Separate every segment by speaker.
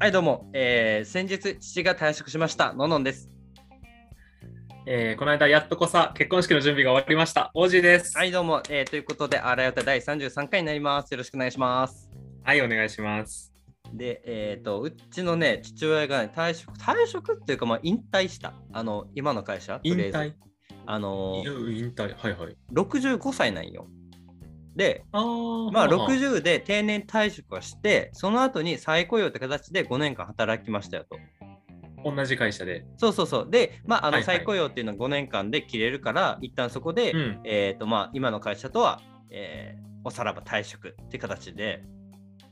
Speaker 1: はい、どうも、えー、先日父が退職しました、のんのんです。
Speaker 2: えーこの間、やっとこさ、結婚式の準備が終わりました。王子です。
Speaker 1: はい、どうも、えー、ということで、あらよた第33回になります。よろしくお願いします。
Speaker 2: はい。お願いします。
Speaker 1: で、えっ、と、うちのね、父親が、ね、退職、退職っていうか、まあ、引退した。あの、今の会社。と
Speaker 2: 引
Speaker 1: りあえず
Speaker 2: 退
Speaker 1: あの
Speaker 2: いや
Speaker 1: ー、
Speaker 2: 引退。はいはい。
Speaker 1: 65歳なんよ。で、
Speaker 2: あー
Speaker 1: まあ、
Speaker 2: はは
Speaker 1: 60で定年退職はして、その後に再雇用って形で5年間働きましたよと。
Speaker 2: 同じ会社で。
Speaker 1: そうそうそう。で、まあ、あ
Speaker 2: は
Speaker 1: の
Speaker 2: いはい
Speaker 1: 再雇用っていうのは5年間で切れるから、一旦そこで、
Speaker 2: うん。
Speaker 1: えーとまあ、今の会社とは、えーおさらば退職って形で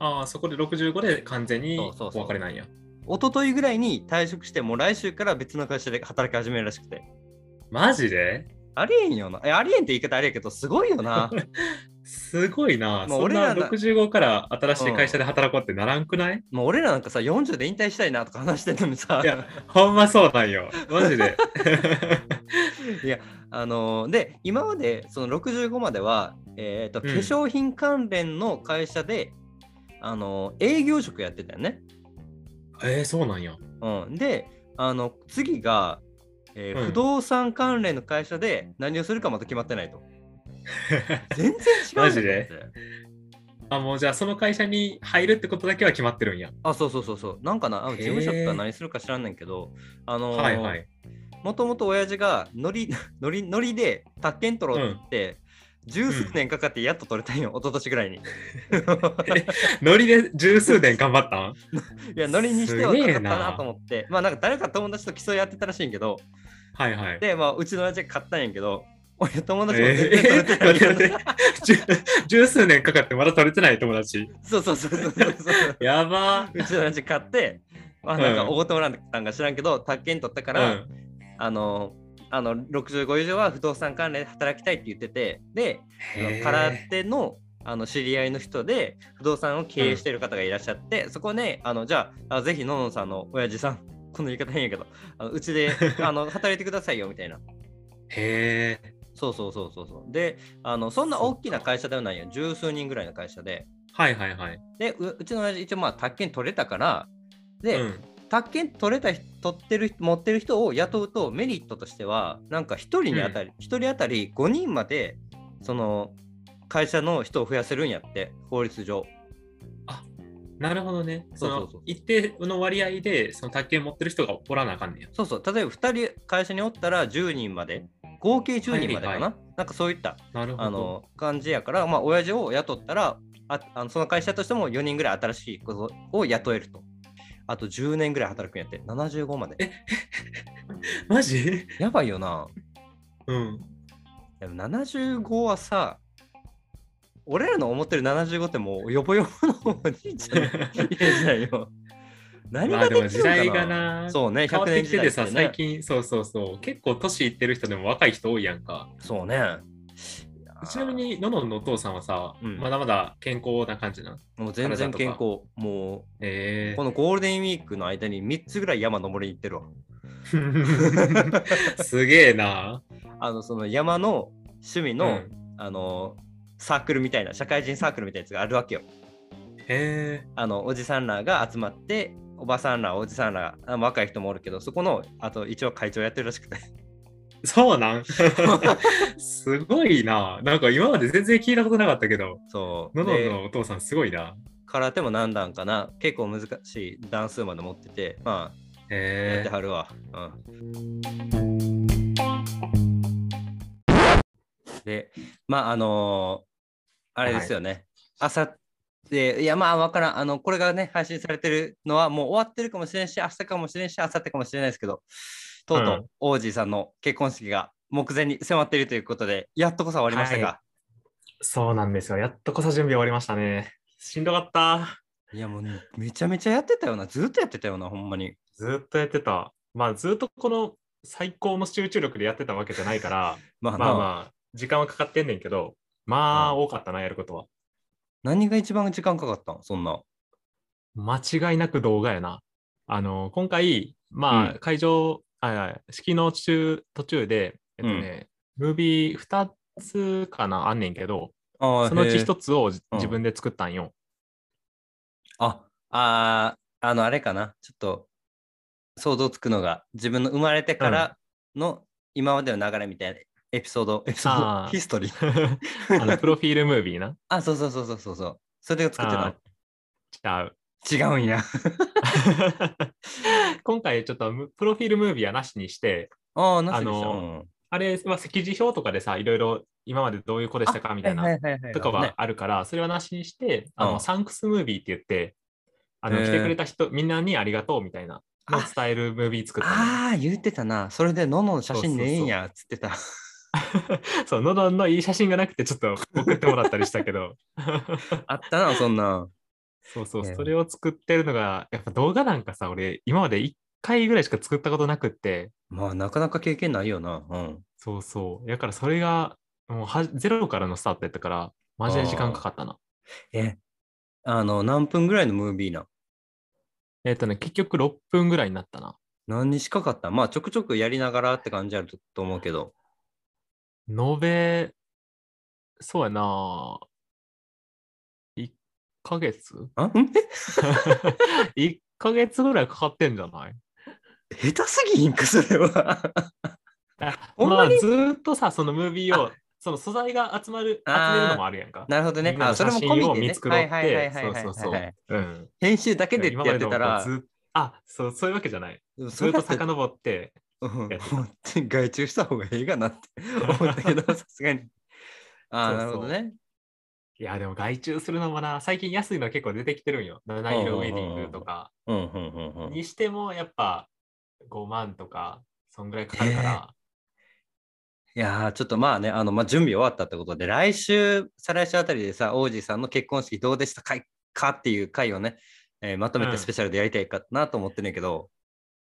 Speaker 2: ああ、そこで65で完全に
Speaker 1: そうそう
Speaker 2: お
Speaker 1: そう
Speaker 2: 別れなんや。
Speaker 1: 一昨日ぐらいに退職してもう来週から別の会社で働き始めるらしくて
Speaker 2: マジで
Speaker 1: ありえんよなえありえんって言い方あれやけどすごいよ な
Speaker 2: すごいな。
Speaker 1: もう
Speaker 2: そん
Speaker 1: 俺ら
Speaker 2: な
Speaker 1: な
Speaker 2: 65から新しい会社で働こうってならんくない、
Speaker 1: もう俺らなんかさ40で引退したいなとか話してるのにさ
Speaker 2: いやほんまそうなん よ。マジで。
Speaker 1: いや あのーで今までその65までは、えーと
Speaker 2: ん
Speaker 1: 化粧品関連の会社で、あのー営業職やってたよね、
Speaker 2: えー、そうなんや。
Speaker 1: うん、であの次が、えー
Speaker 2: うん
Speaker 1: 不動産関連の会社で何をするかまだ決まって ないと。全然違うな
Speaker 2: マジで
Speaker 1: と思って
Speaker 2: あ、もうじゃあその会社に入るってことだけは決まってるんや。
Speaker 1: あそうそうそうそうなんかなあの
Speaker 2: へー
Speaker 1: 事務所とか何するか知らんねんけどあのー
Speaker 2: はいはい。
Speaker 1: もともと親父がノリ ノリノリで宅建取ろうって言って、十数年かかってやっと取れたんよ、一昨年ぐらい に。
Speaker 2: ノリで十数年頑張ったん
Speaker 1: いや、ノリにしては
Speaker 2: す
Speaker 1: かか
Speaker 2: げえ
Speaker 1: った
Speaker 2: な
Speaker 1: なと思って、まあなんか誰か友達と競い合ってたらしいんけど、
Speaker 2: はいはい。
Speaker 1: で、まあうちの親父が買ったんやけど、俺友達も全然
Speaker 2: え
Speaker 1: 取れてないんよ
Speaker 2: ー、 十十数年かかってまだ取れてない友達。
Speaker 1: そうそうそうそうそうそう。
Speaker 2: やば
Speaker 1: うちの親父買って、まあなんか
Speaker 2: うん
Speaker 1: おごってもらったんか知らんけど、宅建取ったから、
Speaker 2: うん、
Speaker 1: あの、あの65以上は不動産関連で働きたいって言ってて、で、あの
Speaker 2: へー
Speaker 1: 空手のあの知り合いの人で不動産を経営してる方がいらっしゃって、そこね、あのじゃああ、ぜひののんさんの親父さん、この言い方変やけど、あのうち であの働いてくださいよみたいな。
Speaker 2: へえ。
Speaker 1: そうそうそうそうそう。で、あのそんな大きな会社ではないよ、十数人ぐらいの会社で。
Speaker 2: はいはいはい。
Speaker 1: で、ううちの親父、一応、まあ、宅建取れたから、で、
Speaker 2: うん、
Speaker 1: 宅建取れた人取ってる人持ってる人を雇うとメリットとしてはなんか1人に当たり、一人当たり5人までその会社の人を増やせるんやって法律上
Speaker 2: なるほどね。
Speaker 1: そ
Speaker 2: そ
Speaker 1: う
Speaker 2: の
Speaker 1: そうそう
Speaker 2: 一定の割合でその宅建持ってる人がおらなあかんねや。
Speaker 1: そうそう例えば2人会社におったら10人まで合計10人までかな、
Speaker 2: はいは
Speaker 1: なんかそういった
Speaker 2: なるほど。
Speaker 1: あの感じやからまあ親父を雇ったらああのその会社としても4人ぐらい新しいことを雇えるとあと10年ぐらい働くんやって75まで
Speaker 2: マジ？
Speaker 1: やばいよな
Speaker 2: うん。
Speaker 1: でも75はさ俺らの思ってる75ってもうよぼよぼのおじいちゃ んのイメージだよ。何
Speaker 2: まあ
Speaker 1: が
Speaker 2: で
Speaker 1: できる
Speaker 2: も
Speaker 1: のかな、
Speaker 2: 時代がな。
Speaker 1: そうね、
Speaker 2: 変わ
Speaker 1: 100
Speaker 2: って
Speaker 1: 年
Speaker 2: き
Speaker 1: 時
Speaker 2: て
Speaker 1: 代
Speaker 2: て
Speaker 1: って
Speaker 2: さ、
Speaker 1: ね
Speaker 2: 最近そうそうそう結構年いってる人でも若い人多いやんか
Speaker 1: そうね。いやー
Speaker 2: ちなみにののんのお父さんはさ、
Speaker 1: うん
Speaker 2: まだまだ健康な感じなん
Speaker 1: もう全然健康。も
Speaker 2: え
Speaker 1: う
Speaker 2: え
Speaker 1: このゴールデンウィークの間に3つぐらい山登りに行ってるわ。
Speaker 2: すげえな。
Speaker 1: あのその山の趣味の、
Speaker 2: うん
Speaker 1: あのサークルみたいな社会人サークルみたいなやつがあるわけよ。
Speaker 2: へえ。
Speaker 1: あのおじさんらが集まっておばさんらおじさんらあ若い人もおるけどそこのあと一応会長やってるらしくて
Speaker 2: そう なんすごいな。なんか今まで全然聞いたことなかったけど、
Speaker 1: そう
Speaker 2: のの
Speaker 1: で
Speaker 2: のお父さんすごいな。
Speaker 1: 空手も何段かな結構難しい段数まで持っててまあやっ
Speaker 2: へ
Speaker 1: て
Speaker 2: え。
Speaker 1: はるわ、うん、でまああのーあれですよね、朝でいやまあ分からんあのこれがね配信されてるのはもう終わってるかもしれんし明日かもしれんし明後日かもしれないですけどとうと
Speaker 2: う
Speaker 1: う王子さんの結婚式が目前に迫っているということでやっとこそ終わりましたが、
Speaker 2: そうなんですよ。やっとこそ準備終わりましたね。しんどかった。
Speaker 1: い、やもうねめちゃめちゃやってたよなずっとやってたよなほんまに
Speaker 2: ずっとやってた。まあずっとこの最高の集中力でやってたわけじゃないから、
Speaker 1: まあ、
Speaker 2: まあ
Speaker 1: まあ、
Speaker 2: まあ、時間はかかってんねんけど、まあ多かったな、やることは。
Speaker 1: 何が一番時間かかったんそんな
Speaker 2: 間違いなく動画やな。あの、今回、ま
Speaker 1: う
Speaker 2: あ、会場、あいや式の中、途中で、えっとね、ムービー2つかな、あんねんけど、
Speaker 1: そ
Speaker 2: そのうち一
Speaker 1: つ。
Speaker 2: つをじ
Speaker 1: うん
Speaker 2: 自分で作ったん よ。
Speaker 1: あ、あー、あの、あれかな。ちょっと、想像つくのが、自分の生まれてからの今までの流れみたいなエピソード、エピソー
Speaker 2: あ
Speaker 1: ド、
Speaker 2: ー
Speaker 1: ヒストリー。
Speaker 2: あのプロフィールムービーな。
Speaker 1: あ、そうそうそうそうそうそう。それを作って
Speaker 2: あーちゃう。
Speaker 1: たの。違うんや。
Speaker 2: 今回ちょっとむプロフィールムービーはなしにして、
Speaker 1: ああ、なしでした。
Speaker 2: あ
Speaker 1: う
Speaker 2: の
Speaker 1: ん
Speaker 2: あれは席次表とかでさ、いろいろ今までどういう子でしたかみたいな、
Speaker 1: はいはいはいはい
Speaker 2: とか
Speaker 1: ね
Speaker 2: はあるから、それはなしにして、あ
Speaker 1: う
Speaker 2: の
Speaker 1: ん
Speaker 2: サンクスムービーって言って、あ
Speaker 1: へ
Speaker 2: の
Speaker 1: ー
Speaker 2: 来てくれた人、みんなにありがとうみたいなのを伝えるムービー作ったのね。
Speaker 1: ああ、言ってたな。それで、ののの写真ねえんや、つってた。
Speaker 2: そう、のどんのいい写真がなくて、ちょっと送ってもらったりしたけど、
Speaker 1: あったな、そんなん。
Speaker 2: そうそう、
Speaker 1: へー
Speaker 2: それを作ってるのが、やっぱ動画なんかさ、俺、今まで1回ぐらいしか作ったことなくって、
Speaker 1: まあ、なかなか経験ないよな。うん。
Speaker 2: そうそう、だからそれが、もうはゼロからのスタートやったから、マジで時間かかったな。
Speaker 1: え、あの、何分ぐらいのムービーなん
Speaker 2: えっ、とね、結局6分ぐらいになったな。
Speaker 1: 何日かかったまあ、ちょくちょくやりながらって感じあるとと思うけど。
Speaker 2: 延べ、そうやな1ヶ月
Speaker 1: あん
Speaker 2: ?1 ヶ月ぐらいかかってんじゃない
Speaker 1: 下手すぎんか、それは。
Speaker 2: あ
Speaker 1: ほん
Speaker 2: ま
Speaker 1: ま
Speaker 2: あ
Speaker 1: に
Speaker 2: ずーっとさ、そのムービーを、その素材が集まる、集
Speaker 1: あー
Speaker 2: めるのもあるやんか。
Speaker 1: なるほどね
Speaker 2: み。んな
Speaker 1: あ、
Speaker 2: の
Speaker 1: そ
Speaker 2: 写
Speaker 1: れも
Speaker 2: 真
Speaker 1: 込み
Speaker 2: を
Speaker 1: で、
Speaker 2: 見
Speaker 1: ね。
Speaker 2: 繕っ
Speaker 1: はいはい
Speaker 2: て、
Speaker 1: はい
Speaker 2: そ
Speaker 1: は
Speaker 2: う
Speaker 1: いはい
Speaker 2: そうそう
Speaker 1: はいはい。
Speaker 2: うん。
Speaker 1: 編集だけでって
Speaker 2: 今
Speaker 1: や
Speaker 2: ま
Speaker 1: って
Speaker 2: での
Speaker 1: たら
Speaker 2: ず、っあ、そう、そういうわけじゃない。
Speaker 1: そ
Speaker 2: ず
Speaker 1: れ
Speaker 2: ーっ
Speaker 1: だ
Speaker 2: と
Speaker 1: って、
Speaker 2: 遡って、
Speaker 1: うん
Speaker 2: やってた
Speaker 1: 本当に外注した方がええかなって思ったけど、さすがに。あ
Speaker 2: そ
Speaker 1: あ、
Speaker 2: う
Speaker 1: なるほどね。
Speaker 2: いや、でも外注するのもな、最近安いの結構出てきてるんよ。七色ウェディングとか。
Speaker 1: うんうんうんうん。
Speaker 2: にしてもやっぱ5万とかそんぐらいかかるから、
Speaker 1: いやーちょっとまあね、あの、まあ、準備終わったってことで、来週、再来週あたりでさ、王子さんの結婚式どうでしたかいかっていう回をね、えーまとめ
Speaker 2: う
Speaker 1: て
Speaker 2: ん
Speaker 1: スペシャルでやりたいかなと思ってるんやけど、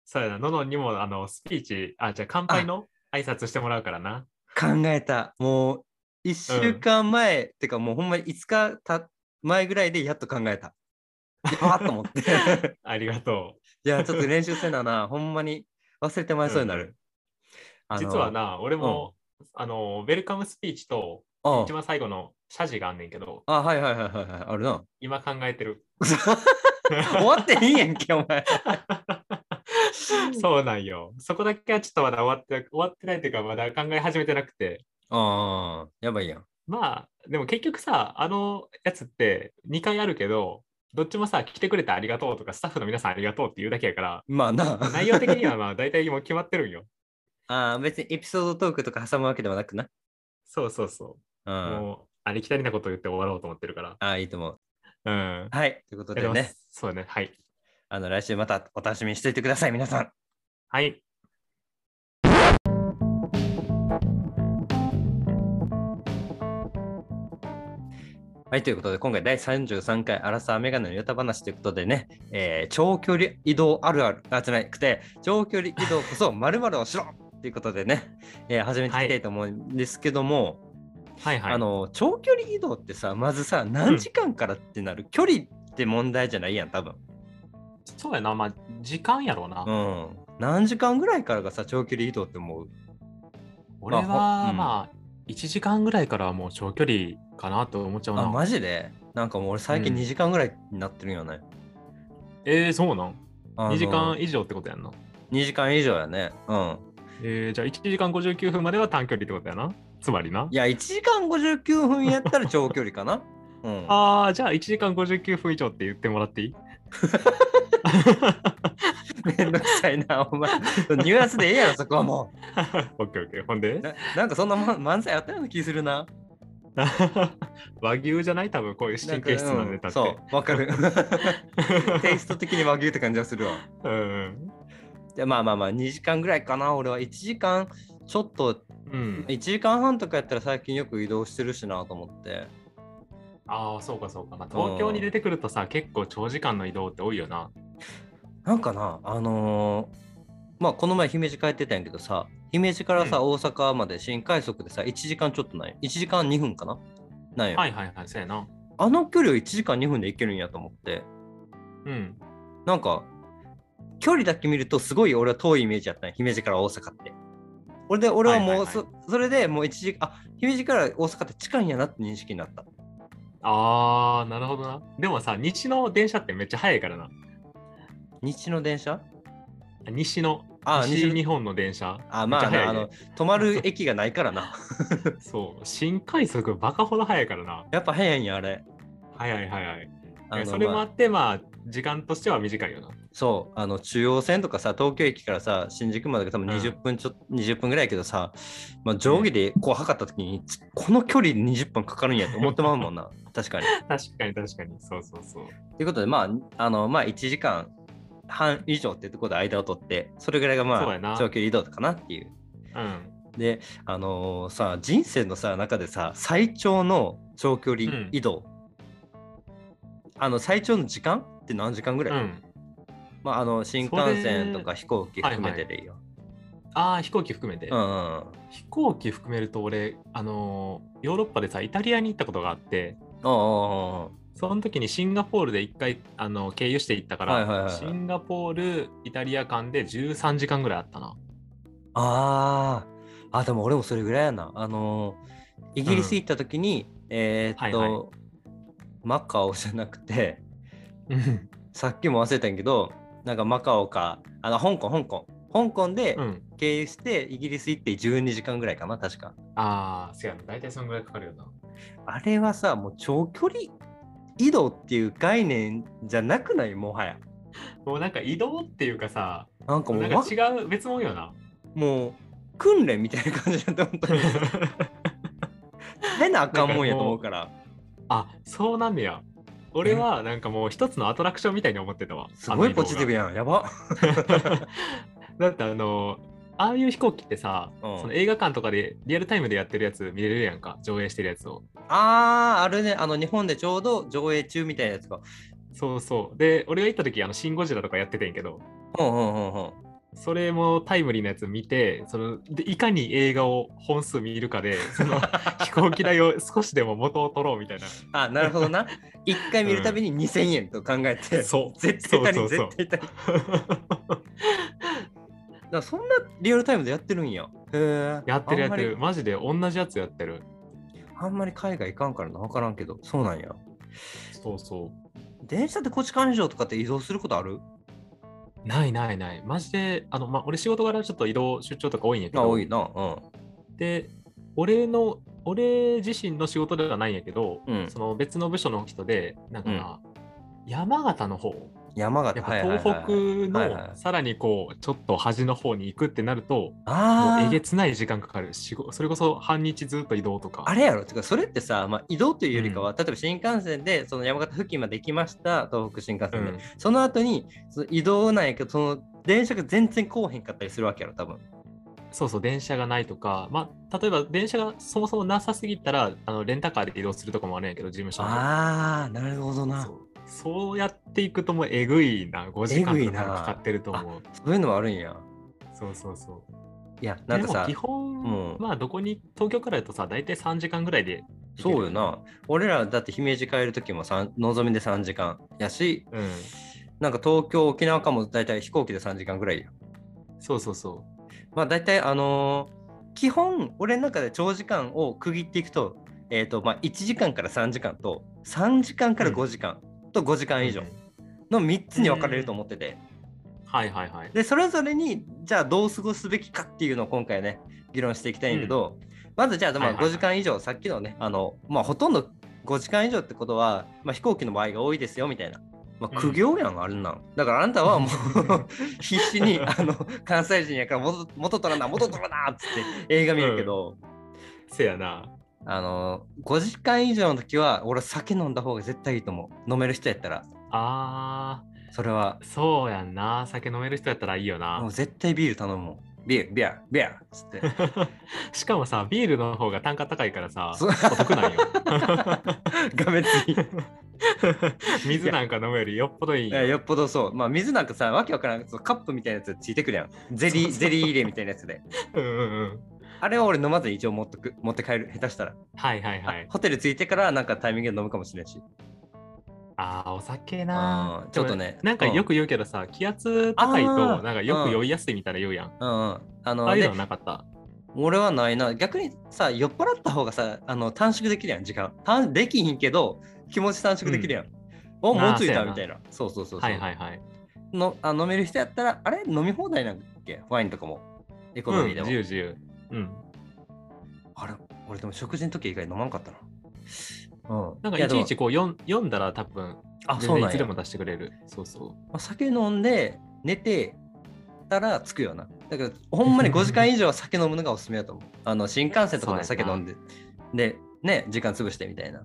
Speaker 2: そうやなののにもあのスピーチあじゃあ乾杯の挨拶してもらうから な
Speaker 1: 考えた。もう、1週間前、ってかもうほんまに5日た前ぐらいでやっと考えた。 やばっと思って。
Speaker 2: ありがと
Speaker 1: いや、ちょっと練習せなな、ほんまに忘れてまいそうになる。
Speaker 2: う
Speaker 1: あの
Speaker 2: 実は、な俺も、あのウェルカムスピーチと
Speaker 1: あ
Speaker 2: 一番最後の謝辞があんねんけど
Speaker 1: あ、はいはいはいはいはい、ある な。
Speaker 2: 今考えてる
Speaker 1: 終わってへんやんけ、お 前。
Speaker 2: そうなんよそこだけはちょっとまだ終わって終わってないっていうかまだ考え始めてなくて
Speaker 1: ああ、やばいやん。
Speaker 2: まあでも結局さあのやつって2回あるけどどっちもさ来てくれてありがとうとかスタッフの皆さんありがとうって言うだけやから
Speaker 1: まあな。
Speaker 2: 内容的にはまあ大体もう決まってるんよ。
Speaker 1: ああ、別にエピソードトークとか挟むわけではなくな。
Speaker 2: そうそうそうう。
Speaker 1: ん。
Speaker 2: もうありきたりなこと言って終わろうと思ってるか
Speaker 1: ああ、いいと思う。
Speaker 2: ら。うん。
Speaker 1: はい。ということ
Speaker 2: えで
Speaker 1: で
Speaker 2: も
Speaker 1: ね、
Speaker 2: そうね。はい。
Speaker 1: あの、来週またお楽しみにしていてください、皆さん。
Speaker 2: はい。
Speaker 1: はい、ということで、今回第33回、アラサーメガネのヨタ話ということでね、えー長距離移動あるある、あ、じゃなくて、長距離移動こ そ〇〇をしろということでね、えー始めていきたいと思うんですけども、
Speaker 2: はいはい。
Speaker 1: あの、長距離移動ってさ、まずさ、何時間からってなる、距離って問題じゃないやん、多分。
Speaker 2: そうやな。まあ時間やろうな。
Speaker 1: うん。何時間ぐらいからがさ、長距離移動って思う
Speaker 2: 俺は
Speaker 1: まあほうん
Speaker 2: まあ1時間ぐらいからはもう長距離かなと思っちゃう
Speaker 1: あ、
Speaker 2: な。
Speaker 1: マジでなんかもう俺最近
Speaker 2: うん
Speaker 1: 2時間ぐらいになってるんよね。
Speaker 2: えー、そうなん
Speaker 1: あの
Speaker 2: ?2 時間以上ってことやんな。
Speaker 1: 2時間以上やね。うん。。
Speaker 2: えー、じゃあ1時間59分までは短距離ってことやな。つまりない
Speaker 1: や、1時間59分やったら長距離かな。うん、
Speaker 2: ああ、じゃあ1時間59分以上って言ってもらっていい
Speaker 1: めんどくさいな、お前。ニュアンスでええやろ、そこはも
Speaker 2: オッケーオッケー。ほんで
Speaker 1: う。ななんかそんなま漫才あったような気するな。
Speaker 2: 和牛じゃない多分こういう
Speaker 1: な
Speaker 2: 神
Speaker 1: んか
Speaker 2: 経質なネタ
Speaker 1: うん
Speaker 2: っ
Speaker 1: そう、わか る。テイ
Speaker 2: て。
Speaker 1: スト的に和牛って感じはするわ。
Speaker 2: うんうん
Speaker 1: でまあまあまあ、2時間ぐらいかな、俺は。1時間ちょっと、
Speaker 2: うん、
Speaker 1: 1時間半とかやったら最近よく移動してるしなと思って。
Speaker 2: ああそうかそうか、まあ、東京に出てくるとさ結構長時間の移動って多いよな
Speaker 1: なんかな、あのーまあこの前姫路帰ってたんやけどさ、姫路からさ、
Speaker 2: う
Speaker 1: 大阪まで新快速でさ、1時間ちょっとない。1時間2分かななんよ。
Speaker 2: はいはいはいそうやな
Speaker 1: あの距離を1時間2分で行けるんやと思って、
Speaker 2: うん
Speaker 1: なんか、距離だけ見るとすごい俺は遠いイメージやったんや姫路から大阪って。俺で俺はもう、
Speaker 2: はいはいはい
Speaker 1: そそれでもう一時あ姫路から大阪って近いんやなって認識になった
Speaker 2: あー、なるほどな。でもさ、西の電車ってめっちゃ早いからな。
Speaker 1: 日の電車
Speaker 2: 西の、
Speaker 1: あ西
Speaker 2: 西
Speaker 1: の
Speaker 2: 日本の電車。
Speaker 1: あま
Speaker 2: め
Speaker 1: あ
Speaker 2: っちゃ
Speaker 1: なあ
Speaker 2: 早いね
Speaker 1: の止まる駅がないからな
Speaker 2: そう、新快速バカほど早いからな。
Speaker 1: やっぱ早いんやあれ
Speaker 2: 早い早い。
Speaker 1: あの
Speaker 2: それも
Speaker 1: ま
Speaker 2: あ
Speaker 1: あ
Speaker 2: って、まあ、時間としては短いよな。
Speaker 1: そうあの中央線とかさ東京駅からさ新宿までが多分
Speaker 2: うん
Speaker 1: 20分ちょ、20分ぐらいやけどさ、まあ、定規でこう測った時に、つこの距離で20分かかるんやって思ってまうもんな 確かに
Speaker 2: 確かに確かに。そうそうそう。
Speaker 1: ということで、まあ、あの、まあ、1時間半以上ってところで間を取って、それぐらいがま
Speaker 2: そうやな
Speaker 1: あ、長距離移動かなっていう。
Speaker 2: うん。
Speaker 1: で、あのーさ、人生のさ、中でさ、最長の長距離移動、あの、最長の時間って何時間ぐ
Speaker 2: う
Speaker 1: らい、
Speaker 2: ん。
Speaker 1: まあ、あの、新幹線とか飛行機含めてでいいよ。
Speaker 2: ああ、飛行機含めて。
Speaker 1: うんうん
Speaker 2: 飛行機含めると、俺、あのーヨーロッパでさ、イタリアに行ったことがあって、
Speaker 1: おうおうおうおう
Speaker 2: その時にシンガポールで一回、あの経由して行ったから、
Speaker 1: はいはいはい
Speaker 2: シンガポール、イタリア間で13時間ぐらいあったな。
Speaker 1: あーあ、でも俺もそれぐらいやな。あのーイギリス行った時に、えーっと、
Speaker 2: はい
Speaker 1: マカオじゃなくて、
Speaker 2: うん。
Speaker 1: さっきも忘れたんやけどなんかマカオかあの香港香港香港で
Speaker 2: うん。
Speaker 1: 経由してイギリス行って12時間ぐらいかな確か
Speaker 2: ああ、せやな。大体そのぐらいかかるよな。
Speaker 1: あれはさもう長距離移動っていう概念じゃなくないもはや
Speaker 2: もうなんか移動っていうかさ、
Speaker 1: なんかも
Speaker 2: な
Speaker 1: うんわ
Speaker 2: か違う、別物よな。
Speaker 1: もう訓練みたいな感じだと思 った変なあかんもんやと思うから
Speaker 2: あ、そうなんねや。俺はなんかもう一つのアトラクションみたいに思ってたわ。
Speaker 1: すごいポジティブ
Speaker 2: や。
Speaker 1: やんやば
Speaker 2: だってあのああいう飛行機ってさ、
Speaker 1: うん
Speaker 2: その映画館とかでリアルタイムでやってるやつ見れるやんか上映してるやつを
Speaker 1: あーあれねあの日本でちょうど上映中みたいなやつが
Speaker 2: そうそうで俺が行った時あの「シン・ゴジラ」とかやっててんやけど
Speaker 1: うんうんうんうん
Speaker 2: それもタイムリーなやつ見てそのでいかに映画を本数見るかで その飛行機代を少しでも元を取ろうみたいな
Speaker 1: あなるほどな一回見るたびに2000円と考えて、
Speaker 2: そう
Speaker 1: 絶対足り
Speaker 2: そ
Speaker 1: ん
Speaker 2: うそうそう
Speaker 1: 絶対足りんだからそんなリアルタイムでやってるんや。へえ。
Speaker 2: やってるやってるマジで同じやつやってる
Speaker 1: あんまり。あんまり海外行かんからな、わからんけど。そうなんや。
Speaker 2: そうそう
Speaker 1: 電車ってこっち環状とかって移動することある
Speaker 2: ないないないマジであの、まあ、俺仕事柄ちょっと移動出張とか多いんやけ
Speaker 1: あ、
Speaker 2: ど
Speaker 1: 多いな。う
Speaker 2: で俺の俺自身の仕事ではないんやけど、
Speaker 1: ん。うん
Speaker 2: そ。の別の部署の人でなんかな、山形の方
Speaker 1: 山形、
Speaker 2: やっ
Speaker 1: は
Speaker 2: ぱ
Speaker 1: いはい
Speaker 2: 東
Speaker 1: はいはい
Speaker 2: 北
Speaker 1: はいはい
Speaker 2: のさらにこうちょっと端の方に行くってなると、
Speaker 1: あ
Speaker 2: もうえ
Speaker 1: ー
Speaker 2: げつない時間かかるしそれこそ半日ずっと移動とか
Speaker 1: あれやろてかそれってさ、まあ、移動というよりかは、例えば新幹線でその山形付近まで行きました東北新幹
Speaker 2: う
Speaker 1: 線で、
Speaker 2: ん、
Speaker 1: その後にその移動なんやけどその電車が全然来おへんかったりするわけやろ多分
Speaker 2: そうそう電車がないとか、まあ、例えば電車がそもそもなさすぎたらあのレンタカーで移動するとかもあるんやけど事務所の
Speaker 1: ああなるほどな
Speaker 2: そうそうやっていくともうえぐいな5時間
Speaker 1: えぐ
Speaker 2: と
Speaker 1: いな
Speaker 2: かかかってると思う
Speaker 1: そういうのはあるんや。
Speaker 2: そうそうそう
Speaker 1: いや、なんか
Speaker 2: でも
Speaker 1: さ
Speaker 2: 基、本、
Speaker 1: うん
Speaker 2: まあどこに東京からだとさ大体3時間ぐらいで行ける
Speaker 1: そうよな。俺らだって姫路帰る時もさんのぞみで3時間やし、
Speaker 2: うん
Speaker 1: なんか東京、沖縄かも大体飛行機で3時間ぐらいや。
Speaker 2: そうそうそ
Speaker 1: まあ大体あのー基本俺の中で長時間を区切っていくと、えっ、とまあ1時間から3時間と3時間から5時間と5時
Speaker 2: う
Speaker 1: 間以上
Speaker 2: うん
Speaker 1: の3つに分かれると思ってて、
Speaker 2: はいはいはい
Speaker 1: でそれぞれにじゃあどう過ごすべきかっていうのを今回ね議論していきたいんやけど、まずじゃあま
Speaker 2: はい
Speaker 1: あ
Speaker 2: はいはい
Speaker 1: 5時間以上、さっきのねあのまあほとんど5時間以上ってことは、まあ、飛行機の場合が多いですよみたいな、ま
Speaker 2: う
Speaker 1: あ、
Speaker 2: ん
Speaker 1: 苦行やん、あんなんだからあんたはも う必死にあの関西人やから元元取らな元取らなっつって映画見るけど、
Speaker 2: せやな
Speaker 1: あの5時間以上の時は俺酒飲んだ方が絶対いいと思う飲める人やったら
Speaker 2: あ
Speaker 1: それは
Speaker 2: ーそうやんな酒飲める人やったらいいよ
Speaker 1: も
Speaker 2: な
Speaker 1: う絶対ビール頼むもんビールビアビアっつって。
Speaker 2: しかもさビールの方が単価高いからさ
Speaker 1: そう
Speaker 2: お 得なんよ
Speaker 1: がめつい
Speaker 2: 水なんか飲むよりよっぽどいいん
Speaker 1: い
Speaker 2: よ
Speaker 1: やよっぽどそう。まあ水なんかさ、わけわからんそうカップみたいなやつついてくるやん。ゼリ
Speaker 2: そう
Speaker 1: ー、
Speaker 2: そう
Speaker 1: ゼリー入れみたいなやつで。
Speaker 2: うんうんうん
Speaker 1: あれは俺飲まずに一応持っとく、持って帰る、下手したら。
Speaker 2: はいはいはい
Speaker 1: ホテル着いてからなんかタイミングで飲むかもしれんし。
Speaker 2: あーお酒な
Speaker 1: あーちょっとね
Speaker 2: でもなんかよく言うけどさ、気圧高いと
Speaker 1: あー
Speaker 2: なんかよく酔いやすいみたいな言うやん
Speaker 1: うんうん。あの、
Speaker 2: ああいう
Speaker 1: で
Speaker 2: のはなかった。
Speaker 1: 俺はないな。逆にさ、酔っ払った方がさ、あの短縮できるやん、時間。短できひんけど、気持ち短縮できるやん。お、もうつい
Speaker 2: あ
Speaker 1: た
Speaker 2: ー
Speaker 1: みたいな。そうそうそうそう
Speaker 2: はいはいはい。
Speaker 1: のあ。飲める人やったら、あれ飲み放題なんだっけワインとかも。エコノ
Speaker 2: うん、
Speaker 1: ミーでも。
Speaker 2: 自由自由。うん。
Speaker 1: あれ俺でも食事の時以外飲まんかったな。うん。
Speaker 2: なんか
Speaker 1: や
Speaker 2: い
Speaker 1: で
Speaker 2: ち
Speaker 1: も
Speaker 2: いちこう読ん読んだら多分、
Speaker 1: あ、
Speaker 2: 全
Speaker 1: そう
Speaker 2: 然
Speaker 1: ないん
Speaker 2: つ
Speaker 1: や
Speaker 2: でも出してくれる。そうそう。
Speaker 1: まあ酒飲んで寝てたら着くよなだからほんまに5時間以上は酒飲むのがおすすめだと思う あの新幹線とかで酒飲んででね時間潰してみたいな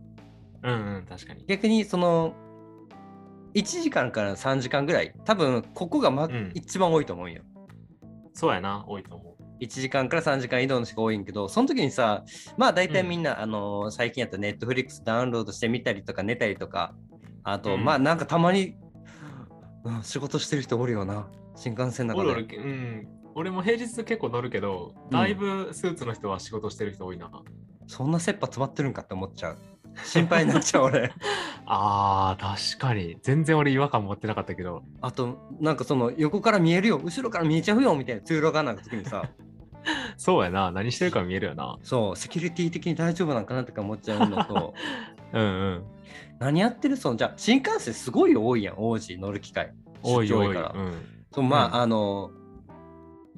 Speaker 2: うんうん、確かに。
Speaker 1: 逆にその1時間から3時間ぐらい多分ここが、ま
Speaker 2: ん
Speaker 1: 一番多いと思うんよ
Speaker 2: そうやな、多いと思う。
Speaker 1: 1時間から3時間移動の人が多いんけどその時にさまあ大体
Speaker 2: うん
Speaker 1: みんな、あの最近やったネットフリックスダウンロードしてみたりとか寝たりとかあと、
Speaker 2: うん
Speaker 1: まあなんかたまに、うん仕事してる人おるよな新幹線の中
Speaker 2: 俺
Speaker 1: で
Speaker 2: 俺うん、俺も平日結構乗るけど、だいぶスーツの人は仕事してる人多いな。
Speaker 1: そんな切羽詰まってるんかって思っちゃう。心配になっちゃう 俺。
Speaker 2: あー、確かに。全然俺違和感持ってなかったけど。
Speaker 1: あと、なんかその横から見えるよ、後ろから見えちゃうよみたいな通路がなんか時にさ、
Speaker 2: そうやな、何してるか見えるよな。
Speaker 1: そう、セキュリティ的に大丈夫なんかなとか思っちゃうの と、
Speaker 2: うんうん。
Speaker 1: 何やってるその、じゃあ新幹線すごい多いやん、王子乗る機会。
Speaker 2: 多い
Speaker 1: 出張
Speaker 2: 多い。う
Speaker 1: から。
Speaker 2: ん、
Speaker 1: そうまあ、
Speaker 2: うん
Speaker 1: あの、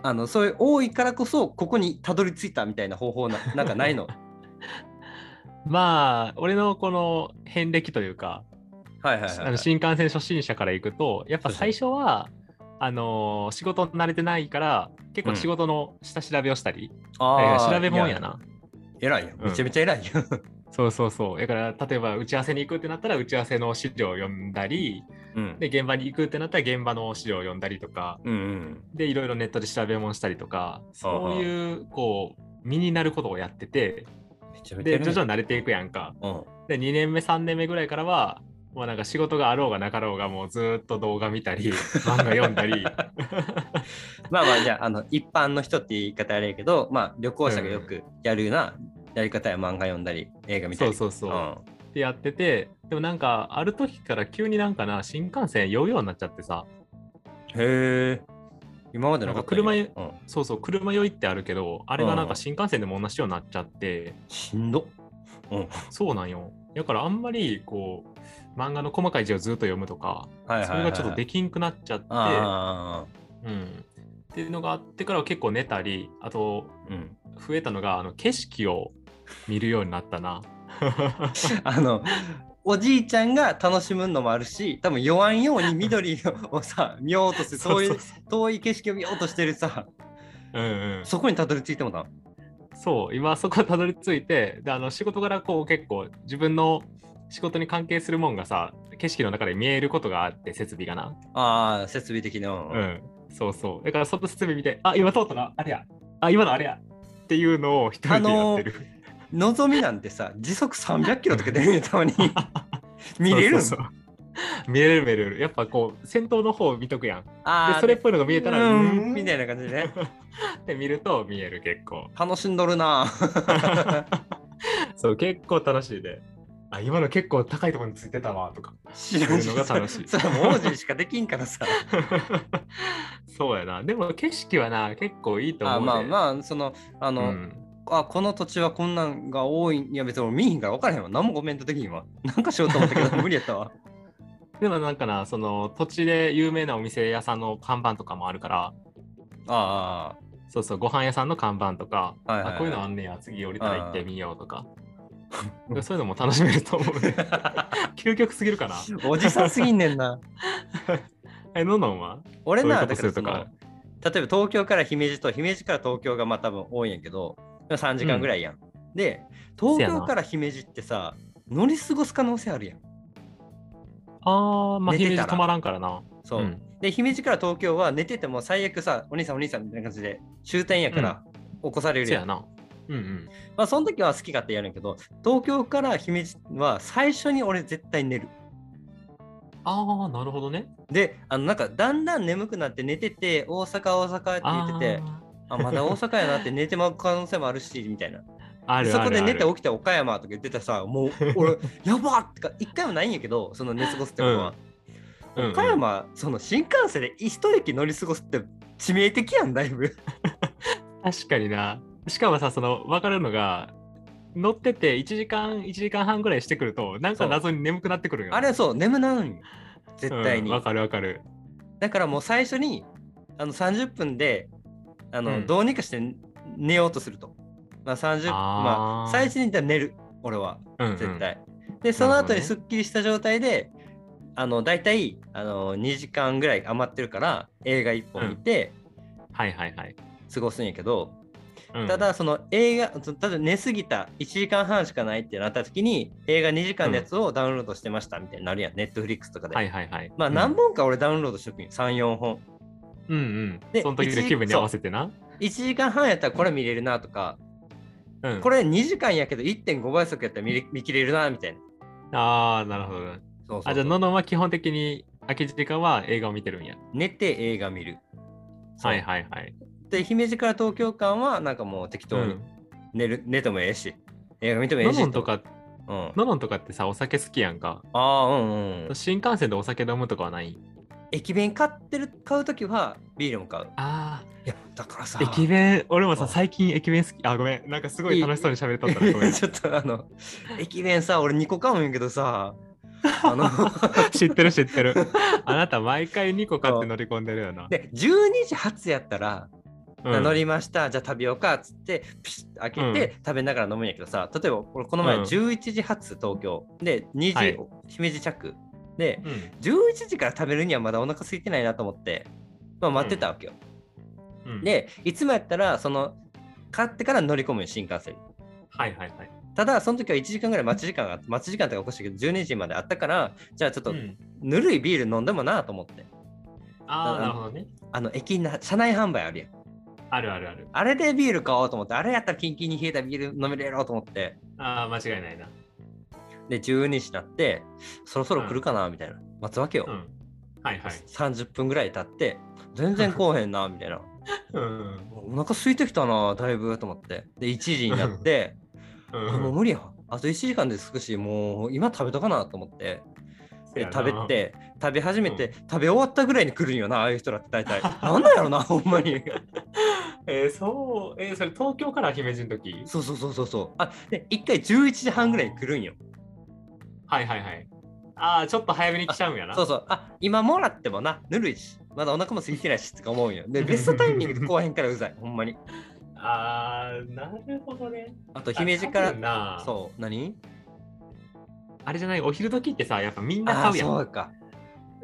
Speaker 1: あのそういう多いからこそここにたどり着いたみたいな方法 ななんかないの
Speaker 2: まあ、俺のこの遍歴というか、
Speaker 1: はいはい
Speaker 2: あの新幹線初心者から行くとやっぱ最初はあのー仕事慣れてないから結
Speaker 1: うん
Speaker 2: 構仕事の下調べをしたり、え
Speaker 1: あ
Speaker 2: ー
Speaker 1: ー
Speaker 2: 調べ物やな
Speaker 1: 偉いよ
Speaker 2: うん
Speaker 1: めちゃめちゃ偉いよ、
Speaker 2: そうそうそうだから例えば打ち合わせに行くってなったら打ち合わせの資料を読んだり
Speaker 1: うん
Speaker 2: で現場に行くってなったら現場の資料を読んだりとか
Speaker 1: うんうん
Speaker 2: でいろいろネットで調べ物したりとかそういうこう身になることをやってて
Speaker 1: めちゃめちゃ
Speaker 2: で
Speaker 1: 偉い
Speaker 2: 徐々に慣れていくやんか
Speaker 1: うん
Speaker 2: で2年目3年目ぐらいからはもうなんか仕事があろうがなかろうがもうずーっと動画見た り漫画読んだり
Speaker 1: まあまあじゃああの一般の人って言い方あれやけど、まあ、旅行者がよくやるようなやり方や漫画読んだり映 画見た
Speaker 2: そう
Speaker 1: り
Speaker 2: そうそう、ってやっててでもなんかある時から急になんかな新幹線酔うようになっちゃってさ
Speaker 1: うん、へえ今までなかったんや
Speaker 2: なんか車へ
Speaker 1: うん、
Speaker 2: そうそう車酔いってあるけどあれがなん
Speaker 1: うん
Speaker 2: か新幹線でも同じようになっちゃって、
Speaker 1: しんどうん
Speaker 2: そうなんよだからあんまりこう漫画の細かい字をずっと読むとか
Speaker 1: はいはい、はい、
Speaker 2: それがちょっとできんくなっちゃって、
Speaker 1: あ
Speaker 2: うん、っていうのがあってからは結構寝たりあと
Speaker 1: あ、うん、
Speaker 2: 増えたのがあの景色を見るようになっ たな。
Speaker 1: あのおじいちゃんが楽しむのもあるし多分酔わんよう に緑をさ見ようとする
Speaker 2: そう
Speaker 1: 遠い
Speaker 2: そうそ
Speaker 1: 遠い景色を見ようとしてるさ
Speaker 2: う。うんうん、
Speaker 1: そこにたどり着いてもな
Speaker 2: そう今そこにたどり着いてであの仕事柄こう結構自分の仕事に関係するもんがさ景色の中で見えることがあって設備がな。
Speaker 1: あー設備的な、うん
Speaker 2: うん、そうそうだからその設備見てあ今通ったなあれやあ今のあれやっていうのを一人でやってる。
Speaker 1: のぞみなんてさ時速300キロとか出 るんやたまに見れるん
Speaker 2: そうそうそう 見れる見れるやっぱこう先頭の方を見とくやんで
Speaker 1: あー
Speaker 2: それっぽいのが見えたら
Speaker 1: う
Speaker 2: うー
Speaker 1: ん
Speaker 2: ん
Speaker 1: みたいな感じで ね
Speaker 2: って見ると見える結構
Speaker 1: 楽しんどるな
Speaker 2: そう結構楽しいで、あ今の結構高いところについてたわとか
Speaker 1: 知
Speaker 2: らんのが楽しい
Speaker 1: それもう王子しかできんから さ
Speaker 2: そうやな。でも景色はな、結構いいと思
Speaker 1: あ
Speaker 2: うで。
Speaker 1: まあまあそのあ
Speaker 2: う
Speaker 1: の、
Speaker 2: ん
Speaker 1: あこの土地はこんなんが多いんいや別に俺見えへんから分からへんわ何もコメントできひんわなんかしようと思ったけど 無理やったわ
Speaker 2: でもなんかな、その土地で有名なお店屋さんの看板とかもあるから、
Speaker 1: ああ
Speaker 2: そうそう、ご飯屋さんの看板とか、
Speaker 1: はいはいはい
Speaker 2: あこういうのあんねや、次降りたら行ってみようとか。そういうのも楽しめると思う ね。究極すぎるかな。
Speaker 1: おじさんすぎんねんな
Speaker 2: え、のんのんは
Speaker 1: 俺
Speaker 2: そういう
Speaker 1: な
Speaker 2: こ
Speaker 1: だか
Speaker 2: とす
Speaker 1: ら
Speaker 2: る
Speaker 1: そ
Speaker 2: と
Speaker 1: の例。
Speaker 2: か
Speaker 1: えば東京から姫路と姫路から東京がまあ多分多いんやけど3時間ぐらいやん、で東京から姫路ってさ乗り過ごす可能性あるやん
Speaker 2: ああ、まあ、
Speaker 1: 寝てた
Speaker 2: 姫
Speaker 1: ら
Speaker 2: 路止まらんからな。
Speaker 1: そう、
Speaker 2: ん
Speaker 1: で姫路から東京は寝てても最悪さお兄さんお兄さんみたいな感じで終点やから起こされる
Speaker 2: せ
Speaker 1: やん、
Speaker 2: やな。うんうん。
Speaker 1: まあその時は好き勝手やるんやけど東京から姫路は最初に俺絶対寝る
Speaker 2: ああ、なるほどね。
Speaker 1: であのなんかだんだん眠くなって寝てて大阪大阪って言ってて
Speaker 2: あ
Speaker 1: あまだ大阪やなって寝てまう可能性もあるしみたいな
Speaker 2: ーあるある
Speaker 1: そこで寝て
Speaker 2: お
Speaker 1: 起きて岡山とか言ってたさもう 俺やばっとか一回もないんやけどその寝過ごすってことは、岡山その新幹線で一駅乗り過ごすって致命的やんだいぶ
Speaker 2: 確かにな。しかもさ、その分かるのが、乗ってて1時間、1時間半ぐらいしてくると、なんか謎に眠くなってくるよ。
Speaker 1: あれはそう、眠なのに、絶対
Speaker 2: うん
Speaker 1: に。
Speaker 2: わ、かるわかる。
Speaker 1: だからもう最初にあの30分であの、
Speaker 2: うん
Speaker 1: どうにかして寝ようとすると。まあ30
Speaker 2: あー
Speaker 1: まあ最初にじゃあ寝る、俺は
Speaker 2: うんうん
Speaker 1: 絶。対。で、その後に
Speaker 2: なるほどね
Speaker 1: すっきりした状態で、あの大体あの2時間ぐらい余ってるから映画1本見て
Speaker 2: はいはいはい。
Speaker 1: 過ごすんやけど、
Speaker 2: うん
Speaker 1: ただその映画そただ寝すぎた1時間半しかないってなった時に映画2時間のやつをダウンロードしてましたみたいになるやん、ネットフリックスとかで。
Speaker 2: はいはいはい。
Speaker 1: まあ何本か俺ダウンロードしとくんよ34本。
Speaker 2: うんうんう
Speaker 1: で
Speaker 2: ん。その時
Speaker 1: 一
Speaker 2: の
Speaker 1: 時
Speaker 2: 気分に合わせてな。
Speaker 1: 1時間半やったらこれ見れるなとか、
Speaker 2: うん、
Speaker 1: これ2時間やけど1.5倍速やったら見れ見切れるなみたいな。
Speaker 2: ああ、なるほど。
Speaker 1: そうそうそう
Speaker 2: あじゃあ、ののんは基本的に空き時間は映画を見てるんや。
Speaker 1: 寝て映画見る。そう
Speaker 2: はいはいはい。
Speaker 1: で、姫路から東京間はなんかもう適当に寝る、寝てもええし、映画見てもええ
Speaker 2: の
Speaker 1: し。
Speaker 2: のんとか、
Speaker 1: うん。
Speaker 2: ののんとかってさ、お酒好きやんか。
Speaker 1: ああ、うんうん。
Speaker 2: 新幹線でお酒飲むとかはない
Speaker 1: 駅弁買ってる、買うときはビールも買う。
Speaker 2: あ
Speaker 1: いや、だからさ
Speaker 2: あ、駅弁、俺も
Speaker 1: あ
Speaker 2: さ、最近駅弁好き。あ、ごめん。なんかすごい楽しそうに喋れとったな。ご めん。
Speaker 1: ちょっとあの、駅弁さ、俺2個買うんやけどさ、あ の、
Speaker 2: 知ってる知っ てる。あなた、毎回2個買って乗り込んでるよな。
Speaker 1: で、12時発やったら、
Speaker 2: うん
Speaker 1: 乗りましたじゃあ食べようかっつってピシッと開けて食べながら飲むんやけどさ例えば俺この前
Speaker 2: うん
Speaker 1: 11時発東京で2時、
Speaker 2: はい
Speaker 1: 姫路着で
Speaker 2: うん
Speaker 1: 11時から食べるにはまだお腹空いてないなと思って、まあ、待ってたわけよ、
Speaker 2: うん
Speaker 1: でいつもやったらその買ってから乗り込むよ新幹線に
Speaker 2: はいはいはい。
Speaker 1: ただその時は1時間ぐらい待ち時間が待ち時間とかおかしいけど12時まであったからじゃあちょっと
Speaker 2: うん
Speaker 1: ぬるいビール飲んでもなと思って
Speaker 2: ああ、なるほどね。
Speaker 1: あの駅な車内販売あるやん
Speaker 2: あるあるある。
Speaker 1: あれでビール買おうと思ってあれやったらキンキンに冷えたビール飲めるやろうと思って
Speaker 2: ああ、間違いないな。
Speaker 1: で12時になってそろそろ来るかなみたいな、待つわけよ、
Speaker 2: うん。はいはい。
Speaker 1: 30分ぐらい経って全然来おへんなみたいな
Speaker 2: うん。
Speaker 1: お腹空いてきたなだいぶと思ってで1時になって、
Speaker 2: うん
Speaker 1: あもう無理やわあと1時間で少しもう今食べとかなと思って
Speaker 2: せ
Speaker 1: で
Speaker 2: やな
Speaker 1: 食べて食べ始めて、食べ終わったぐらいに来るんよなああいう人らって大 体なんなんやろなほんまに
Speaker 2: えーそう、えーそれ東京から姫路の時
Speaker 1: そうそうそうそうそうあで1回11時半ぐらいに来るんよ
Speaker 2: はいはいはい。ああ、ちょっと早めに来ちゃうんやな。
Speaker 1: そうそう、あ今もらってもな、ぬるいし、まだお腹も空いてないしとか思うんよ。 で、ベストタイミングで後編からうざい、ほんまに。
Speaker 2: ああ、なるほどね。
Speaker 1: あと、姫路か
Speaker 2: あ多分
Speaker 1: ら、
Speaker 2: なそう。
Speaker 1: そう、何
Speaker 2: あれじゃない、お昼時ってさ、やっぱみんな
Speaker 1: あ
Speaker 2: 買
Speaker 1: あ、
Speaker 2: うや
Speaker 1: そ
Speaker 2: ん。
Speaker 1: うか。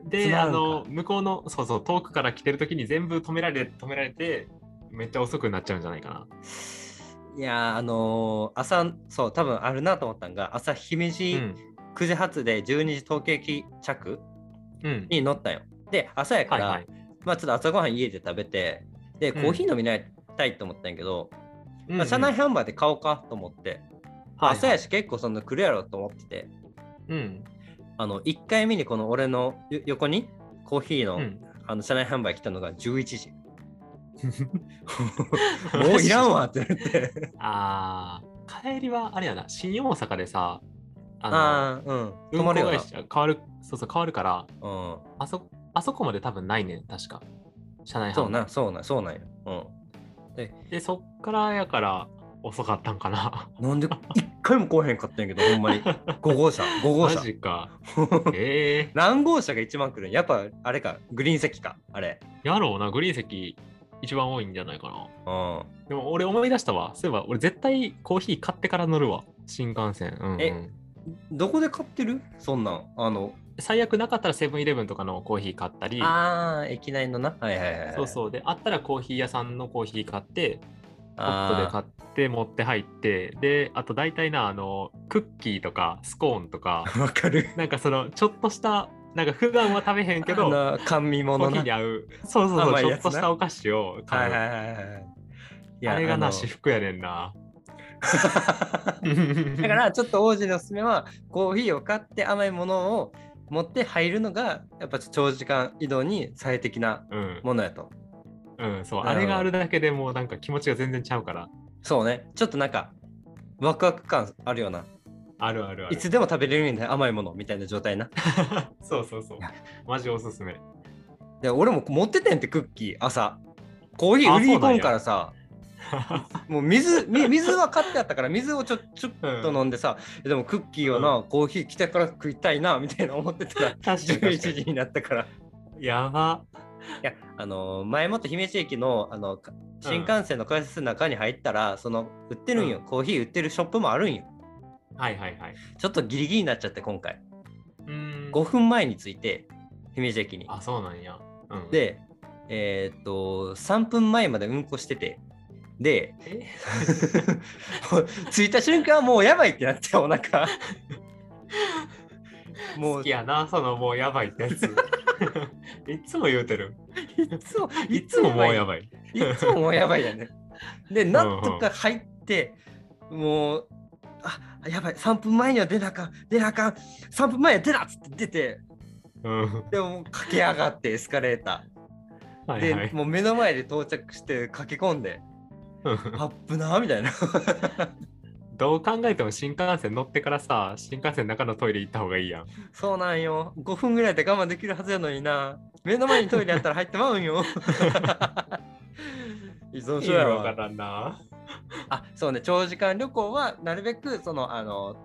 Speaker 1: つ
Speaker 2: で、
Speaker 1: ま
Speaker 2: あ
Speaker 1: んか
Speaker 2: の、向こうの、そうそう、遠くから来てる時に全部止められ、止められて、めっちゃ遅くなっちゃうんじゃないかな。
Speaker 1: いやー、あのー朝、そう、多分あるなと思ったんが、朝、姫
Speaker 2: う
Speaker 1: 路
Speaker 2: ん。
Speaker 1: 9時発で12時東京駅着
Speaker 2: うん。
Speaker 1: に乗ったんよ。で、朝やか
Speaker 2: はい
Speaker 1: ら、
Speaker 2: はい。
Speaker 1: まあ、ちょっと朝ごはん家で食べて、で、
Speaker 2: うん
Speaker 1: コーヒー飲みなたいと思ったんやけど、
Speaker 2: うん
Speaker 1: まあ、車内
Speaker 2: うん
Speaker 1: 販売で買おうかと思って、
Speaker 2: はい
Speaker 1: 朝やし結構そんな来るやろと思ってて、
Speaker 2: うん。
Speaker 1: あの1回目にこの俺のよ横にコーヒーの,、
Speaker 2: うん。
Speaker 1: あの車内販売来たのが11時 もういらんわってなって
Speaker 2: ああ、帰りはあれやな、新大阪でさ、あの、
Speaker 1: ああうん
Speaker 2: 運
Speaker 1: 止
Speaker 2: 行
Speaker 1: まるよな
Speaker 2: 会社変わる、そうそう、変わるから、
Speaker 1: うん
Speaker 2: あそあそこまで多分ないねん、確か。車内
Speaker 1: そう
Speaker 2: 販売。
Speaker 1: なそうなそうなんよ、
Speaker 2: で、そっからやから遅かったんかな。
Speaker 1: うん、 なんで1回も来おへんかったんやけどほんまに 5号車5号
Speaker 2: マ
Speaker 1: 車
Speaker 2: ジか。ええ
Speaker 1: 何号車が一番来るんやっぱあれかグリーン席かあれ
Speaker 2: やろうな、グリーン席一番多いんじゃないかな。
Speaker 1: うん
Speaker 2: でも俺思い出したわ。そういえば俺絶対コーヒー買ってから乗るわ。新幹線。うんうん、
Speaker 1: えどこで買ってるそんなんあの
Speaker 2: 最悪なかったらセブンイレブンとかのコーヒー買ったり、
Speaker 1: ああ駅内のなはいはいはい
Speaker 2: そうそう。で、あったらコーヒー屋さんのコーヒー買って、ポットで
Speaker 1: あ
Speaker 2: 買って持って入って、で、あと大体な、あの、クッキーとかスコーン とか、
Speaker 1: ーわかる
Speaker 2: なんかそのちょっとしたなんか普段は食べへんけど
Speaker 1: あの甘味
Speaker 2: コ
Speaker 1: 物
Speaker 2: ーヒ
Speaker 1: な
Speaker 2: ーに合うそうそうそう
Speaker 1: 甘い
Speaker 2: ちょ
Speaker 1: や
Speaker 2: っ
Speaker 1: つ
Speaker 2: と
Speaker 1: な
Speaker 2: したお菓子を
Speaker 1: は
Speaker 2: 買、
Speaker 1: いうはいはいはいいや。
Speaker 2: あれがな
Speaker 1: の
Speaker 2: 私服やねんな
Speaker 1: だからちょっと王子のおすすめはコーヒーを買って甘いものを持って入るのがやっぱ長時間移動に最適な
Speaker 2: うん、
Speaker 1: ものやと。
Speaker 2: うん、そう
Speaker 1: な
Speaker 2: あ
Speaker 1: るほど
Speaker 2: れがあるだけでもうなんか気持ちが全然ちゃうから
Speaker 1: そうね。ちょっとなんかワクワク感あるような。
Speaker 2: あるあるある
Speaker 1: いつでも食べれるんだよ甘いものみたいな状態な。
Speaker 2: そうそうそう
Speaker 1: いや
Speaker 2: マジおすす め
Speaker 1: で俺も持っててんってクッキー朝。コーヒー売りに行こんからさ。もう水、み水は買ってあったから、水をちょちょっと
Speaker 2: うん
Speaker 1: 飲んでさ、えでもクッキーをな、コーヒー来たから食いたいな、みたいな思ってたら、
Speaker 2: 確かに
Speaker 1: 11時になったから。
Speaker 2: やば。
Speaker 1: いやあの前もって姫路駅のあのか新幹線の改札の中に入ったら、その売ってるんよ、コーヒー売ってるショップもあるんよ
Speaker 2: はいはいはい。
Speaker 1: ちょっとギリギリになっちゃって今回
Speaker 2: うーん
Speaker 1: 5分前に着いて姫路駅に
Speaker 2: あ、そうなんや。うん、、
Speaker 1: でえーっと3分前まで運行してて で
Speaker 2: え
Speaker 1: 着いた瞬間もうやばいってなってお 腹も
Speaker 2: もう
Speaker 1: う
Speaker 2: 好きやな、そのもうやばいってや つ。いつも言うてる。
Speaker 1: いつも
Speaker 2: いつももうや
Speaker 1: ばい
Speaker 2: ばい。
Speaker 1: いつももうやばいや ね。で、なんとか入って、もう、あやばい、3分前には出なあかん、出なあかん、3分前には出なっつって出て、
Speaker 2: うん。
Speaker 1: でも駆け上が ってエスカレータ
Speaker 2: は
Speaker 1: ー。
Speaker 2: い
Speaker 1: で、
Speaker 2: はい。
Speaker 1: もう目の前で到着して駆け込んで、
Speaker 2: う
Speaker 1: ア
Speaker 2: ん
Speaker 1: ップなーみたいな。
Speaker 2: どう考えても新幹線乗ってからさ、新幹線の中のトイレ行った方がいいやん。
Speaker 1: そうなんよ。5分ぐらいで我慢できるはずやのにな。目の前にトイレあったら入ってまうん よ。 依存
Speaker 2: 意
Speaker 1: 症
Speaker 2: 味
Speaker 1: や
Speaker 2: わ
Speaker 1: わ
Speaker 2: か。らんな。
Speaker 1: あそうね長時間旅行はなるべくそのあの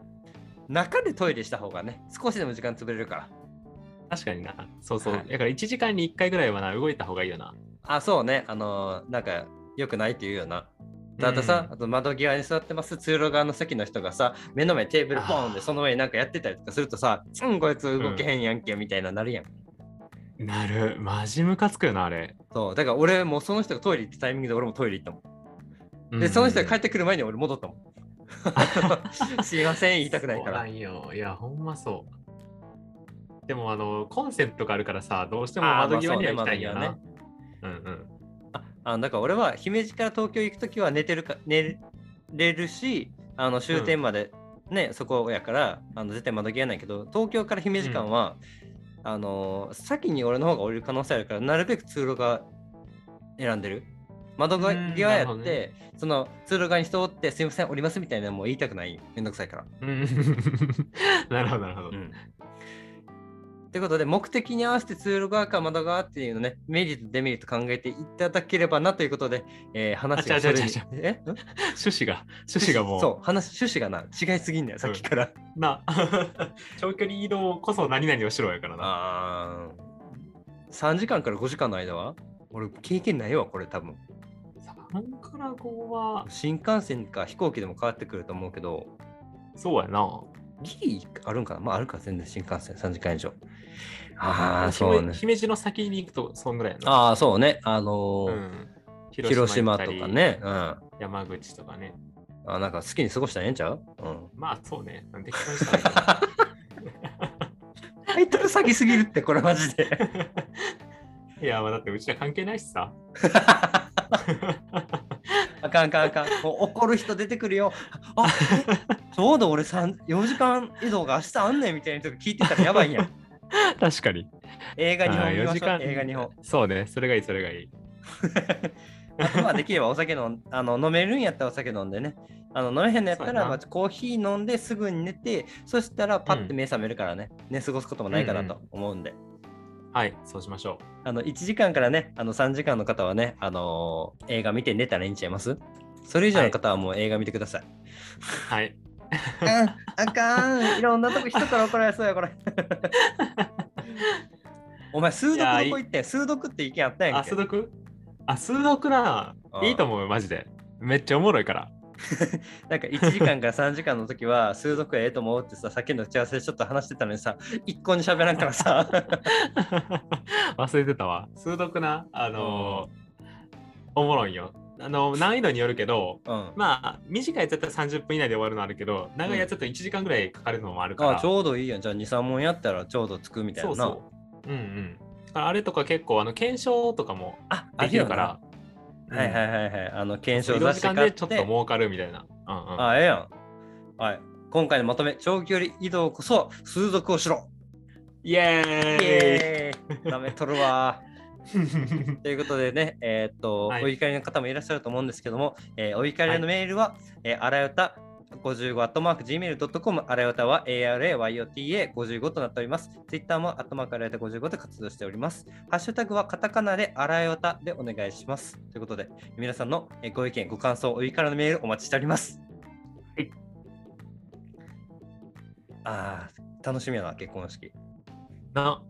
Speaker 1: 中でトイレした方がね少しでも時間潰れるから
Speaker 2: 確かにな。そうそう。
Speaker 1: はい
Speaker 2: だから1時間に1回ぐらいはな、動いた方がいいよな。
Speaker 1: あそうねあのなんか良くないって言うよなだってさ、
Speaker 2: うん
Speaker 1: あと窓際に座ってます通路側の席の人がさ目の前にテーブルポーンで
Speaker 2: あー
Speaker 1: その上になんかやってたりとかするとさうんこいつ動けへんやんけみたいななるやん、
Speaker 2: なる。マジムカつくよな、あれ。
Speaker 1: そうだから俺もうその人がトイレ行ったタイミングで俺もトイレ行ったもん
Speaker 2: うん
Speaker 1: で、その人が帰ってくる前に俺戻った もん すいません言いたくないか
Speaker 2: そうな
Speaker 1: ら
Speaker 2: んよ。いや、ほんまそう。でも、あの、コンセントがあるからさ、どうしても
Speaker 1: あー
Speaker 2: 窓際には行きたいんよ
Speaker 1: まあ
Speaker 2: な
Speaker 1: そ。
Speaker 2: うんうん。
Speaker 1: あだから俺は姫路から東京行く時は寝てるか寝れるしあの終点まで、ねそこやからあの絶対窓際ないけど東京から姫路間は、あのー先に俺の方が降りる可能性あるからなるべく通路が選んでる窓が
Speaker 2: うん
Speaker 1: 際や
Speaker 2: なる
Speaker 1: っ
Speaker 2: ほど
Speaker 1: て、その通路側に人おってすいません降りますみたいなのもう言いたくないめんどくさいから。
Speaker 2: うん なるほど、なるほど。
Speaker 1: ってことで目的に合わせて通路側か窓側っていうのねメリットデメリット考えていただければなということで、えー話が
Speaker 2: あ違う違う
Speaker 1: それに
Speaker 2: 違う
Speaker 1: えん
Speaker 2: 趣旨が、趣旨がもう、
Speaker 1: そう話趣旨がな違いすぎんだよさっきから、
Speaker 2: な、 長距離移動こそ何々をしろやからな。
Speaker 1: あー3時間から5時間の間は俺経験ないわこれ多分
Speaker 2: 3から5は、
Speaker 1: 新幹線か飛行機でも変わってくると思うけど
Speaker 2: そうやな。
Speaker 1: ギリあるんかなまああるか全然新幹線3時間以上ああそ
Speaker 2: 姫
Speaker 1: うね
Speaker 2: 姫路の先に行くと、そんぐらいやな。
Speaker 1: ああそうねあの
Speaker 2: う
Speaker 1: ー
Speaker 2: ん、
Speaker 1: 広島と
Speaker 2: 行
Speaker 1: か
Speaker 2: ったり。
Speaker 1: ねうん
Speaker 2: 山口とかね。
Speaker 1: あなんか好きに過ごしたらええんちゃう、 うん、
Speaker 2: まあ、そうね。適当にした らいいか
Speaker 1: タイトル詐欺すぎるってこれマジで
Speaker 2: な いや、まあだってうちら関係ないしさ。
Speaker 1: あかんあかんあかんもう怒る人出てくるよあえちょうど俺三4時間移動が明日あんねんみたいな人が聞いてたらやばいやん
Speaker 2: 確かに。
Speaker 1: 映画2
Speaker 2: あ
Speaker 1: 本
Speaker 2: ー
Speaker 1: 見ま
Speaker 2: 四
Speaker 1: し
Speaker 2: 時
Speaker 1: ょう
Speaker 2: 間
Speaker 1: 映画2本
Speaker 2: そうね。それがいい、それがいい。
Speaker 1: あとはできればお酒飲んあの飲めるんやったらお酒飲んでねあの飲めへんのやった
Speaker 2: そうや
Speaker 1: ら
Speaker 2: な
Speaker 1: まずコーヒー飲んですぐに寝てそしたらパッて目覚めるからね、寝過ごすこともないかなと思うんで、
Speaker 2: はい、そうしましょ
Speaker 1: あの1時間からね、あの3時間の方はね、あのー映画見て寝たらいいんちゃいますそれ以上の方はもう映画見てください。
Speaker 2: う。はい。
Speaker 1: うんあかん、いろんなとこ人から怒られそうや、これ。 お前、数読どこ行ってん数読って意見あったや
Speaker 2: あ、
Speaker 1: んけ
Speaker 2: 数。読あ、数読な
Speaker 1: あ。ー
Speaker 2: いいと思う、マジで。めっちゃおもろ いから。
Speaker 1: なんか1時間から3時間の時は、数読はええと思うってさ、さっきの打ち合わせでちょっと話してたのにさ、一向に喋らんから さ。
Speaker 2: 忘れてたわ。数読な、あのーおもろいよ。あの、難易度によるけど、
Speaker 1: うん、あ
Speaker 2: まあ、短いやつだったら30分以内で終わるのあるけど、長いやつだと1時間ぐらいかかるのもあるから。
Speaker 1: ちょうどいいやん。じゃあ2、3問やったらちょうどつくみたいな。
Speaker 2: そうそう。うんうん。だからあれとか結構、あの、検証とかも
Speaker 1: あ、あ
Speaker 2: で
Speaker 1: る
Speaker 2: き
Speaker 1: よ
Speaker 2: る
Speaker 1: な
Speaker 2: から。
Speaker 1: はいはい
Speaker 2: い。
Speaker 1: はいはい。あの、検
Speaker 2: そ
Speaker 1: 証
Speaker 2: の
Speaker 1: 雑誌
Speaker 2: 時間
Speaker 1: 買っ
Speaker 2: で
Speaker 1: て
Speaker 2: ちょっと儲かるみたいな。うんうん。
Speaker 1: あ、ええやん。はい。今回のまとめ、長距離移動こそ数族をしろ。
Speaker 2: イエー
Speaker 1: イ
Speaker 2: イ
Speaker 1: エーイ。ダメ取るわ。
Speaker 2: ー
Speaker 1: ということでね、えーっと、
Speaker 2: はい
Speaker 1: お怒りの方もいらっしゃると思うんですけども、えーお怒りのメールは、えーあらよた55アットマーク Gmail.com、あらよたは ARAYOTA55 となっております。Twitter もアットマークあらよた55で活動しております。ハッシュタグはカタカナであらよたでお願いします。ということで、皆さんのえーご意見、ご感想、おいからのメールお待ちしております。
Speaker 2: はい。
Speaker 1: ああ、楽しみやな、結婚式。
Speaker 2: な